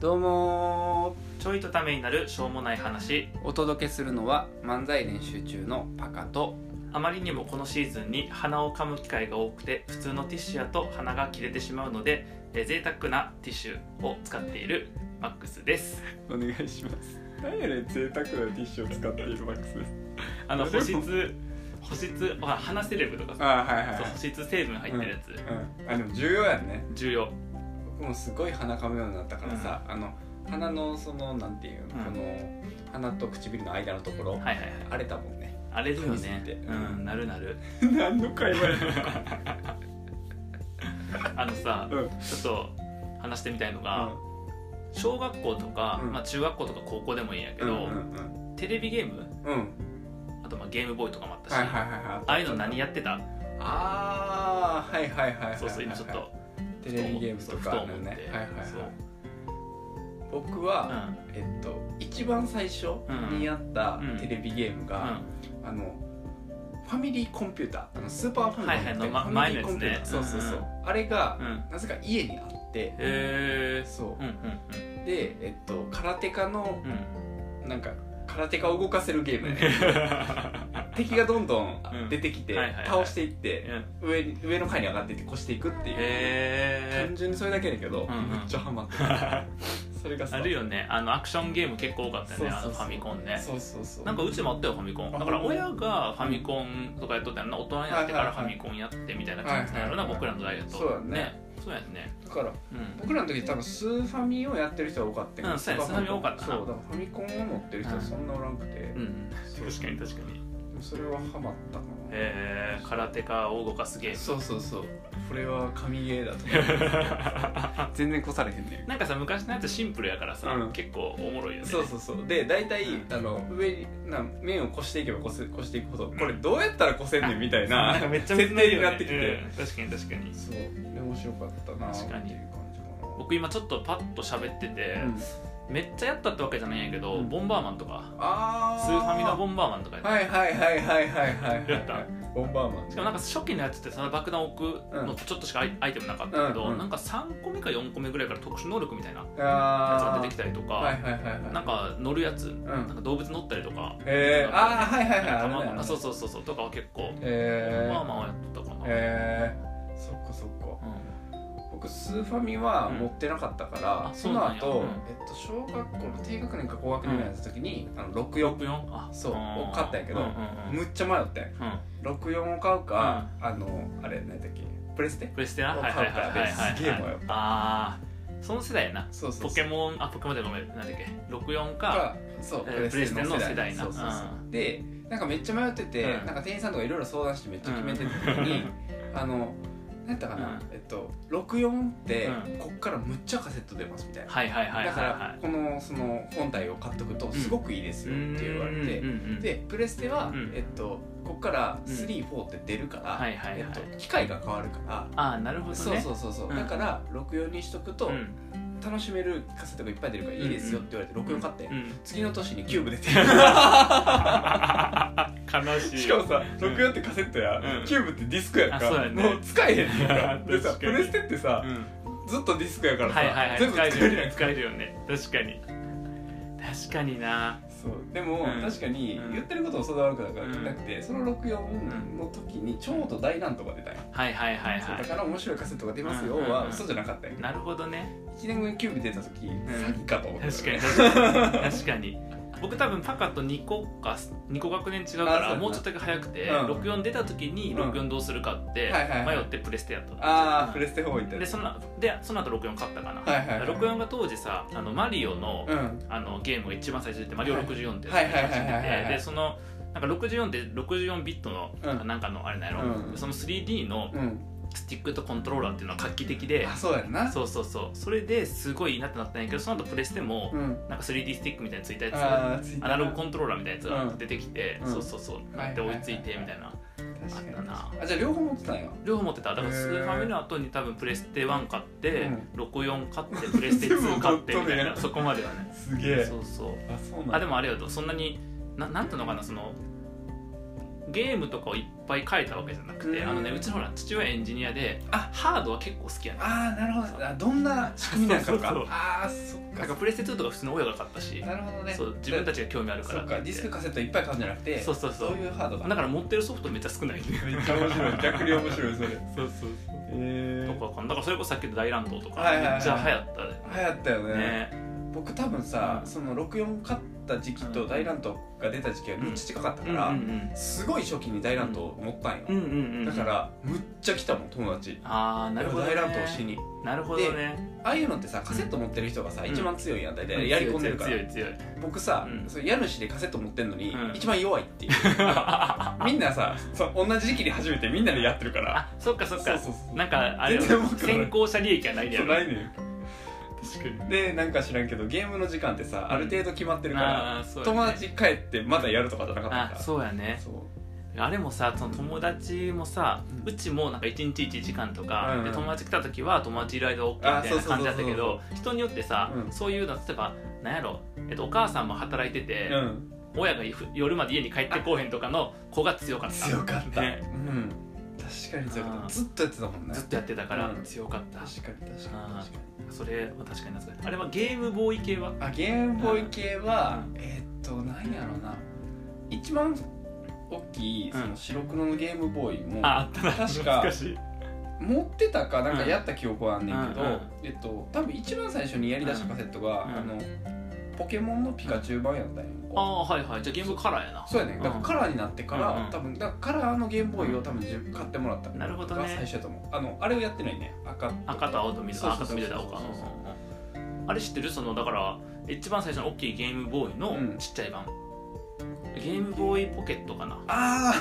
どうもちょいとためになるしょうもない話ーお届けするのは漫才練習中のパカとあまりにもこのシーズンに鼻を噛む機会が多くて普通のティッシュやと鼻が切れてしまうので、えー、贅沢なティッシュを使っているマックスですお願いします何やねん贅沢なティッシュを使っているマックスあのそれ保も湿保湿ほら鼻セレブとかさあーはいはいそうはい保湿成分入ってるやつ、うん、あでも重要やんね重要もうすごい鼻かむようになったからさ、あの鼻のそのなんていうの、うんこの鼻と唇の間のところ、はいはいはい荒れたもんねあれだよ噛みすぎてねうんなるなる 何の会話やのかあのさうんちょっと話してみたいのが、小学校とか、うんまあ、中学校とか高校でもいいんやけうんうど、んうんテレビゲームうんあとまあゲームボーイとかもあったし、はいはいはいはいああいうの何やってたああはいはいはいはいはいそうそう今ちょっとテレビゲームとふとかあ思るっよて、ねはいはいはいそう僕うは、んえっと一番最初にやったうんテレビゲームが、あのファミリーコンピューターあのスーパーファミリーじゃなくてはいはいのまファミリーコンピューター前のそうやつそねうそううんあれがうんうんなぜか家にあってへえそううんうでんえっと空手家の うんうんなんか空手家を動かせるゲームやね敵がどんどんうん出てきてはいはいはい倒していっうてん上に上の階に上がっていって越していくっていうへ単純にそれだけだけどうんうんめっちゃハマって えそれがさあるよねあのアクションゲーム結構多かったそよねうそうそうあのファミコンねそうそうそうなんかうちもあったよファミコンだからあほんま親がファミコンとかやっとったよな大人になってからファミコンやってみたいな感じなんやろなはいはい僕はらの代だとそうだねそうやんねだからうん僕らの時多分スーファミをやってる人が多かったよねうんそうやねスーパーファスーファミ多かったなそうだからファミコンを持ってる人はそんなおらんくて、うでん確かに確かにもそれはハマったかなへえ空手家を動かすゲー ムそうそうそうこれは神ゲーだと 思う全然越されへんねなんかさ昔のやつシンプルやからさ、うん結構おもろいよねそうそうそうで大体うんあの上にな面を越していけば越す越していくほどこれどうやったら越せんねんみたいな なんかめっちゃ設難定しにいよ、ね、なってきて、うん確かに確かにそうで面白かったなっていう確か感にじかな僕今ちょっとパッと喋ってて、うんめっちゃやったってわけじゃないんやけど、うんボンバーマンとかああスーファミのボンバーマンとかやった、はいはいはいはいはいはいはいやったボンバーマンしかもなんか初期のやつってその爆弾を置くのとちょっとしかアイアイテムなかったけど、うんうんなんか3個目か4個目ぐらいから特殊能力みたいなやつあがー出てきたりとか、はいはいはいはいなんか乗るやつ、なんんか動物乗ったりとかえー、あーはいはいはいなんかあれ卵ねあそうそうそうそうとかは結構、えー、ボンバーマンはやっとったかな、えー、そっかそっかうん僕スーファミは持ってなかったから、うんあそそうなのんや後、うんえっと小学校の低学年か高学年ぐらいの時に、あの64 64? あそうあー買ったんやけどうんうんうむんっちゃ迷ったんうん64を買うか、あのあれ何だっけプレステプレステなをはいはいはいはいは買ういからすげえ迷うあーその世代やなそうそうそうポケモンあポケモンでごめんなんだっけ64かがそうえープレステの世代なそうそうそううでなんかめっちゃ迷ってて、うんなんか店員さんとかいろいろ相談してめっちゃ決めてた時に、あの何やったかな、うんえっと64って、うんこっからむっちゃカセット出ますみたいな、はいはいはいはいだかはらいこのその本体を買っとくとすごくいいですよって言われて、うんうんうんうんでプレステは、うんえっとこっからうん34って出るから、はいはいはいえっと、機械が変わるから。ああなるほどねそうそうそうそう、うんだから64にしとくと、うん楽しめるカセットがいっぱい出るからいいですよって言われて64買って、うん次の年にキューブ出てる悲しい しかもさ64ってカセットや、うんキューブってディスクやんあかそうやねもう使えへんねんか 確かにでさプレステってさ、うんずっとディスクやからさ、はいはいはい全部使使ええるるよやんねか使えるよね確かに確かになそうでも、うん確かにうん言ってることもそんな悪くなうんくて、その64の時にちょうど大乱闘が出たんや、はいはいはいそうはだから面白いカセットが出ますようんうんうんは嘘じゃなかったんやいなるほどね1年後にキューブ出た時、詐欺かと思ったよ確かにね確かに確かに僕多分パカと2個か2個学年違うかあそうやらなもうちょっとだけ早くて、うん64出た時に64どうするかってはいはいはい迷ってプレステやったのああプレスステ4行ったでやつそのでその後64買ったかな、はいはいはい64が当時さあのマリオの,、うんあのゲームが一番最初に出て「マリオ64」ってやつはがいはいはい出はいはいはいてでそのなんか64って64ビットの、うんなんかのあれなんやろ、うんその 3D のうんスティックとコントローラーっていうのは画期的であそうやんなそうそうそうそれですごいいいなってなったんやけどその後プレステも、うんなんか 3D スティックみたいについたやつあーついたアナログコントローラーみたいなやつうがん出てきて、うんそうそうそうはいはなっいてはい追いついてみたいな確かにあったなあじゃあ両方持ってたんや両方持ってただからへースーファミの後に多分プレステ1買って、うん64買ってプレステ2買ってみ 全部持ったいとるやなんそこまではねすそうそうあそうなんあでもあれよとそんなにななんていうのかなそのゲームとかをいっぱい書いたわけじゃなくて、うんあのねうちのほら父親エンジニアであハードは結構好きやなああなるほどあどんな仕組みなんかとかそうそうそうああそっかなんかプレステ2とか普通の親が買ったし、なるほどねそう自分たちちが興味あるかそらっっかデてィ言っスてクカセットいっぱい買うんじゃなくてそうそうそうそういうハードがだから持ってるソフトめっちゃ少ないんだよめっちゃ面白い逆に面白いそれへそうそうえとかかなだからそれこそさっきの大乱闘とかはいはいはいめっちゃ流行ったね流行ったよねね僕多分さうんその64買った時期と大乱闘が出た時期はむっちゃ近かったうかんうら、んすごい初期に大乱闘を持ったんよ、うんうんうんうんだからむっちゃ来たもん友達ああなるほど、ね、大乱闘しになるほどねああいうのってさカセット持ってる人がさ、うん一番強いやん大体やり込んでるから強い強い強い僕さ、うんそう家主でカセット持ってんのに、うん一番弱い っていうみんなさそう同じ時期に始めてみんなでやってるからあそっかそっかそうそうそうなんかあれよ全然わからない先行者利益はないんだそようねないねん確かにでなんか知らんけどゲームの時間ってさある程度決まってるから、あーそうや友ね達帰ってまだやるとかじゃなかったかあらそうやねそうあれもさその友達もさ、ううんちもなんか1日1時間とか、うんうんで友達来た時は友達いる間 OK みたいな感じだったけあそうそうそうど人によってさ、うんそういうの例えばなんやろ、えっと、お母さんも働いてて、うん親が夜まで家に帰ってこうへんとかの子が強かった強かった、ねうん確かに強かっあーたずっとやってたもんねずっとやってたからうん強かった、確かに確かにあー確かにそれは確かに懐かしいあれはゲームボーイ系はあゲームボーイ系は、うえーっとなんやろうな一番大きいそうんの白黒のゲームボーイも、ああったな確か懐かしい持ってたかなんかやった記憶はあんねんけど、うんうんえっと多分一番最初にやりだしたカセットが、うんあのポケモンのピカチュウ版やったんやああはいはいじゃあゲームカラーやなそうやねだからカラーになってから、うんうん多分だからカラーのゲームボーイを多分自分買ってもらったなるほどねが最初やと思うあのあれをやってないね赤赤と青と緑そうあそ赤うそとう緑だ青かそうそうそうあれ知ってるそのだから一番最初の大きいゲームボーイうのんちっちゃい版、ゲームボーイポケットかなあ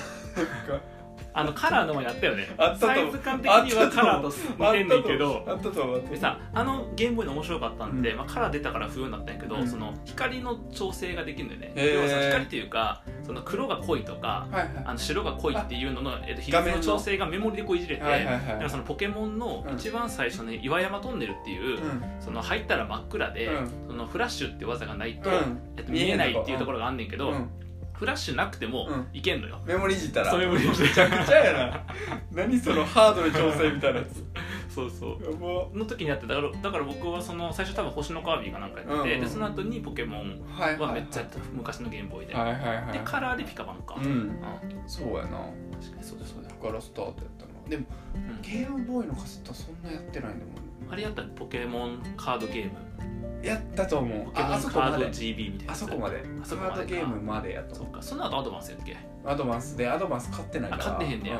あのカラーのもやったよねあったとサ思うイズ感的にはカラーとああった似てんねんけどと あったと思うあったと思うでさあのゲームボーイの面白かったんで、うんまあ、カラー出たから不要になったんやけど、うんその光の調整ができるんだよね、へー要はその光っていうかその黒が濃いとかはいはいあの白が濃いっていうのの、えっと、比画率面のの調整がメモリでこういじれて、はいはいはいでもそのポケモンの一番最初の岩山トンネルっていう、うその入ったら真っ暗で、うんそのフラッシュって技がないと、うんえっと、見えないっていうところがあんねんけど、んうんフラッシュなくてもうんいけんのよ、メモリいじったらそれもめめちちゃくちゃやな何そのハードル調整みたいな やつそうそうやばの時にやってだからだから僕はその最初多分星のカービィかなんかやってて、うんうんでその後にポケモンはいはめっちゃやってた、昔のゲームボーイで、はいはいはいでカラーでピカバンか、ううんん確そうやなかにそうだそうだ、ガラスタートやったなでもうんゲームボーイのカセットはそんなやってないんだもんあれやったらポケモンカードゲームやったと思うポケモンあカあそこまードで GB みたいなあやつそこまであカそこまでードゲームまでやとそ思うかその後アドバンスやったっけうアドバンスでアドバンス買ってないからあ買ってへんねやう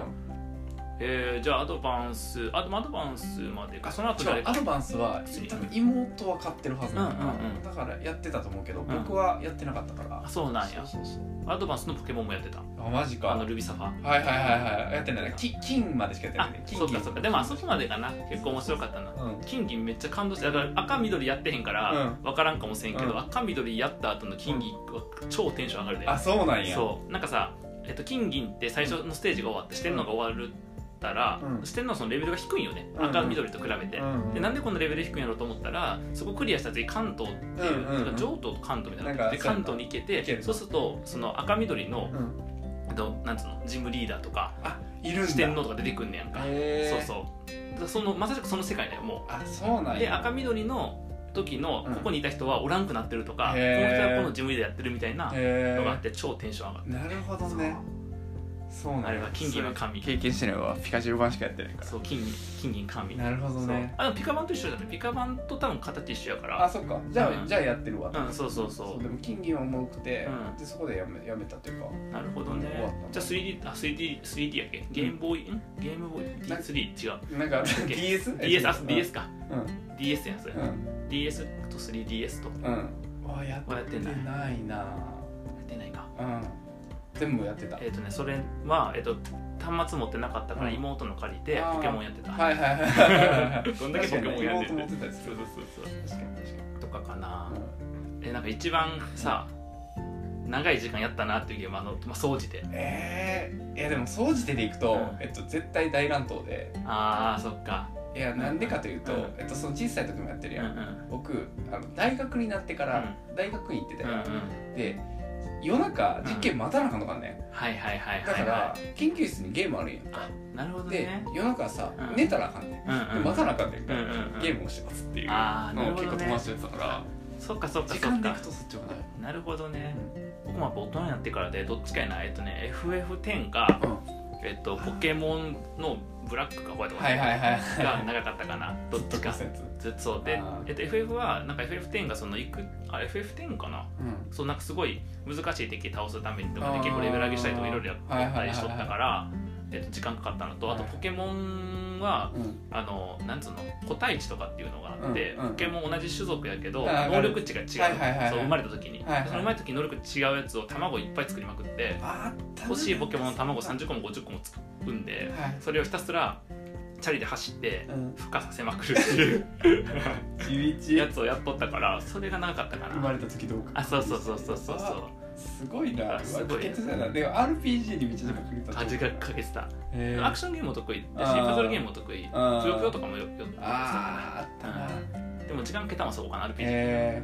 えー、じゃあアドバンスあでもアドバンスまでかその後違誰うかアドバンスは多分妹は買ってるはずなのかなうんうんうんだからやってたと思うけどん僕はやってなかったからあそうなんそやうそうそうアドバンスのポケモンもやってたあマジかあのルビサファはいはいはいはいやってないき金までしかやってないあね金そうかそうかでもあそこまでかな結構面白かったなうん金銀めっちゃ感動してだから赤緑やってへんからう分からんかもしれんけど、うん赤緑やった後の金銀は超テンション上がるで、あそうなんやそうなんかさ、えっと、金銀って最初のステージが終わって四天王が終わるったら、うん四天王のそのレベルが低いんよねうんうん赤緑と比べて、うんうんでなんでこんなレベル低いんやろうと思ったらそこクリアした次関東っていう,、うんうんうんなんか上東と関東みたいななんでか関東に行けて行けるそうするとその赤緑のう、んえっと、なんつうのジムリーダーとかあいるんだ四天王とか出てくんねやんか、へーそうそうだからそのまさしくその世界だよもあそうなうんでや赤緑の時のうんここにいた人はおらんくなってるとか、へこーの人はこのジムリーダーやってるみたいなへのがあっーて超テンション上がるなるほどねそうなんやあれは金銀の神経験してないわピカチュウ版しかやってないからそう金銀金銀神なるほどねそうあでもピカ版と一緒だねピカ版と多分形一緒やかあらそっかじゃうんあじゃあやってるわうんそうそうそでも金銀は重くてうんでそこでやめやめたというかうなるほどね終わったなじゃあ 3D あ 3D, 3D やっけゲームボーイんゲームボーイな 3D 違うなんか んだっけ DS? DS あうん DS かうん DS やんそれ、うん DS と 3DS とやうんわややっっててないないなってないかうん全部やってたえっ、とねそれは、えっと端末持ってなかったからうん妹の借りてあーポケモンやってた、はいはいはいどんだけポケモンやっ確かに妹てん持ねっんてたりすそうるそうそうそ確かに確かうとかかな、にえなんか一番さ長い時間やったなっていうゲームあのまあ総じてえー、いやでも総じてでいくと、うんえっと、絶対大乱闘でああそっかいやなんでかというと、うんえっと、その小さい時もやってうるんうやんん、僕あの大学になってから大学院行ってたうんうやん、んで夜中実験待たなあかんのかね、はいはいはいだはかいらは研究室にゲームあるんやいなるほどでね夜中さ、うん寝たらあかんねうんんでうん待たなあかんねんかうら、んうんうんゲームをしますっていうあーなのるをほど結構ね友達とやってたからそっかそっか時そっ間でいかくとそっちはないなるほどね僕もやっぱ大人になってからでどっちかやなえっとね FF10 が、うんえっと、ポケモンのブラックかホワイトか、はいはいはいがはい長かったかなどっちかずとこうしたやつずっとそうであ、ーえっと、FF はなんか FF10 がそのいくあ FF10 かなうんそうなんかすごい難しい敵倒すためにとかあでー結構レベル上げしたりとかいろいろやはいやはっいはいたはいりしとったから、えっと、時間かかったのとあとはいポケモンはうんあのなんつうの個体値とかっていうのがあって、うんうんポケモン同じ種族やけどあー能力値が違う、はいはいはいはいそう生まれた時に、はいはいその生まれた時に能力値違うやつを卵いっぱい作りまくってあったね欲しいポケモンの卵はい30個も50個も作るんでそれをひたすらチャリで走ってうん孵化させまくるっていう 地や道つをやっとったからそれが長かったか生まなれた時どうかあそうそうそうそうそうそうすごいなあすご欠いけてたなでも RPG にめっちゃ時間かけた味がかけてたへーアクションゲームも得意だしあーパズルゲームも得意あーぷよぷよとかもよよよあーあったなでも時間かけたのはそこかな RPG へ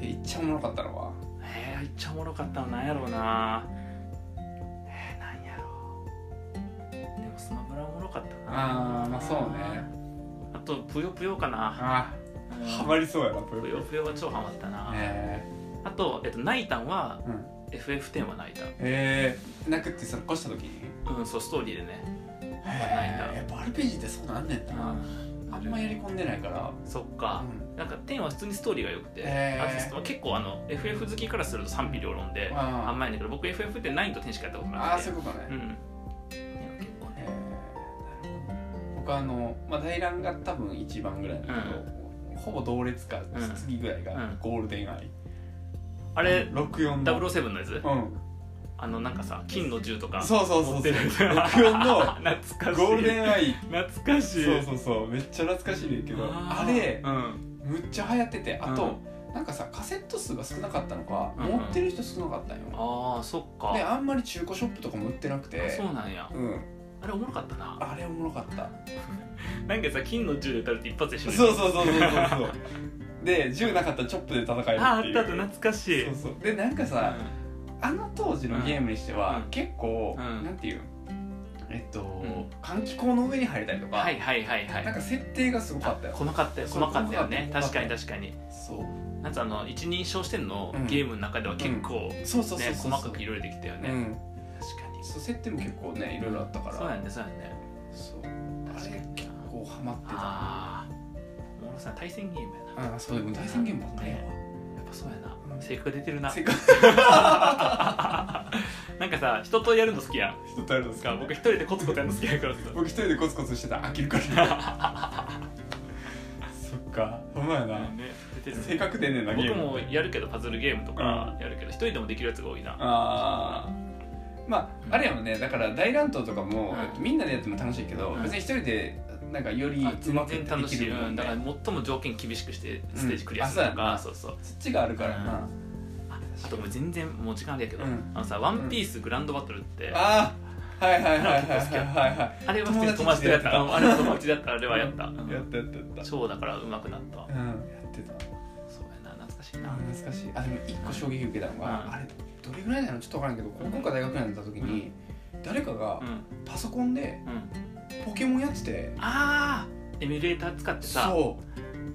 えいっちゃおもろかったのはえー、めっちゃおもろかったのなんやろうなえー、なんやろうでもスマブラおもろかったなあーまあそうねあとぷよぷよかなあうんハマりそうやなぷよぷぷよよぷよは超ハマったな、へあと、えっと、ナイタンはえうん FF10 はナイタンへえなくってそれ越した時にうんそうストーリーでねへないんだえやっぱ RPG ってそうなんねんなあんまやり込んでないからそっか、なんか10は普通にストーリーが良くて、へーアクセスと結構あの FF 好きからすると賛否両論で、あーあんまりやねんけど僕 FF って9と10しかやったことなくてああそういうことねうんうんでも結構えねーなるほど僕はあの、まあ、大乱が多分一番ぐらいだけど、ほぼ同列かうん次ぐらいうんがゴールデンアイ、あれ64の007のやつうんあのなんかさ金の銃とかそうそうそう持そっうてる64 の懐かしいゴールデンアイ懐かしいそうそうそうめっちゃ懐かしいねんけどあーれうんむっちゃ流行っててあと、なんかさカセット数が少なかったのか、うんうん持ってる人少なかったんよああそっかであんまり中古ショップとかも売ってなくあてそうなんやうんあれおもろかったなあれおもろかったなんかさ金の銃で撃たれて一発で死ぬそうそうそう そうそうそう で銃なかったらチョップで戦えるっていうああったあった懐かしいそうそうでなんかさ、あの当時のゲームにしては、うん結構、うんなんていうのえっと、ん換気口の上に入れたりとうんか、はいはいはいはなんいか設定がすごかったよ細かったよそう細かったよね細かった確かに確かにそうなんかあの一人称視点のうんゲームの中では結構ねそうそうそうそう細かくいろいろできたようねん確かにそう設定も結構ねいろいろあったからそうやねそうやねそう確かあれに結構ハマってたああおもろさ対戦ゲームやなああそうでも対戦ゲームもねやっぱそうやうなん性格が出てるな世界 なんかさ人とやるの好きやん人とやるんでつすかか僕一人でコツコツやるの好きやからさ僕一人でコツコツしてたら飽きるから そっかほんまやなね出てる性格出んねんなゲー僕ムもやるけどパズルゲームとかやるけど一人でもできるやつが多いなああまああれやもんねだから大乱闘とかも、うんえっとみんなでやっても楽しいけど、うん別に一人でなんかよりあうま全くで然楽きしいるもうんねんだから最も条件厳しくしてステージクリアするとうんかあそうそうそっちがあるからな、ああともう全然もう時間あれやけどうんあのさ「ワンピースグランドバトルってあああはいはいはいはいはいはいはれは普通に友友達達でやでやっったたうんあれは友達でやったあれはやったいやったやったやった超だから上手くなったうんやってたそうやな懐かしいなあ懐かしいあでも一個衝撃受けたのが、うんあれどれぐらいなのちょっと分からんけど高校か大学になった時に、誰かがうんパソコンでうんポケモンやってて、あーエミュレーター使ってさそ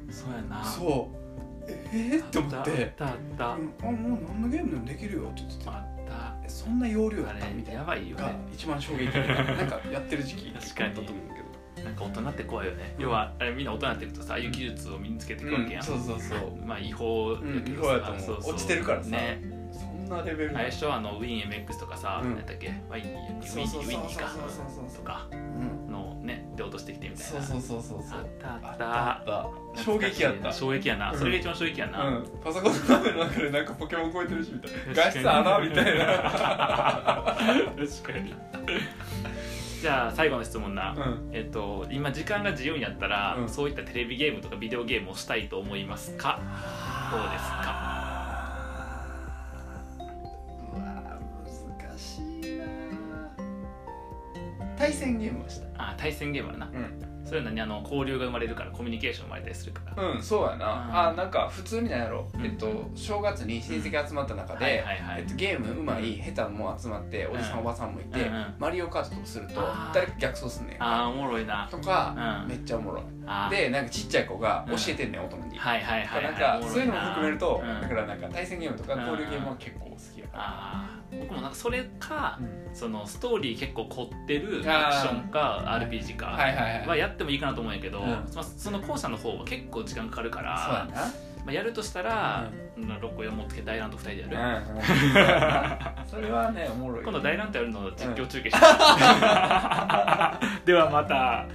うそうやなうそうえー、って思ってあったあったあっうんあもう何のゲームでもできるよって言っててたあったえそんな容量だあったみたいれやなばいよがね一番衝 撃的ななんかやってる時期確かにだったと思うんだけどなんか大人って怖いよね、うん要はあれみんな大人になっていくとさああいう技術を身につけていくわけやん、そうそうそうまあ違法やけどさ、うん違法やと思うそうそう落ちてるからさねそんなレベルな最初はあの WinMX とかさ、うんなんだっけワインにそうそうそうそうそうそうそうとかうんのねで落としてきてみたいそなうそうそうそうそあうったああっったたあった衝撃やった衝撃やな、うんそれが一番衝撃やな、うん、パソコンの画面の中でなんかポケモン超えてるしみたいな確画かに質穴みたいな 確かにじゃあ最後の質問な、うんえっと、今時間が自由になったら、うんそういったテレビゲームとかビデオゲームをしたいと思いますかどうですかうわ難しいな対戦ゲームはしたいあ対戦ゲームはなうんそういうのにあの交流が生まれるからコミュニケーション生まれたりするから、うんそうやな、うんあなんか普通になんやろ、うんえっと正月に親戚集まった中で、はいはいはえいっと、ゲームうまい下手も集まっておじさん、うんおばさんもいて、うんうんマリオカートとするとあー誰か逆走すんねんああおもろいなとか、うんめっちゃおもろいあーでなんかちっちゃい子が教えてんねん、大人に、はいはいはい、なはい、んおかもそうろいうのもな含めると、うんだからなんか対戦ゲームとかうん交流ゲームは結構好きやから、あー僕もなんかそれかうんそのストーリー結構凝ってるあーアクションか RPG かはいはいはい、はやってもいいかなと思うんやけど、うんまあ、その校舎の方は結構時間かかるかそうら、やまあ、やるとしたら、うん、6個4持ってきて大乱と2人でやる、な、うんうんそうやな、それはねおもろい 今度大乱闘やるの実況中継します、ではまた。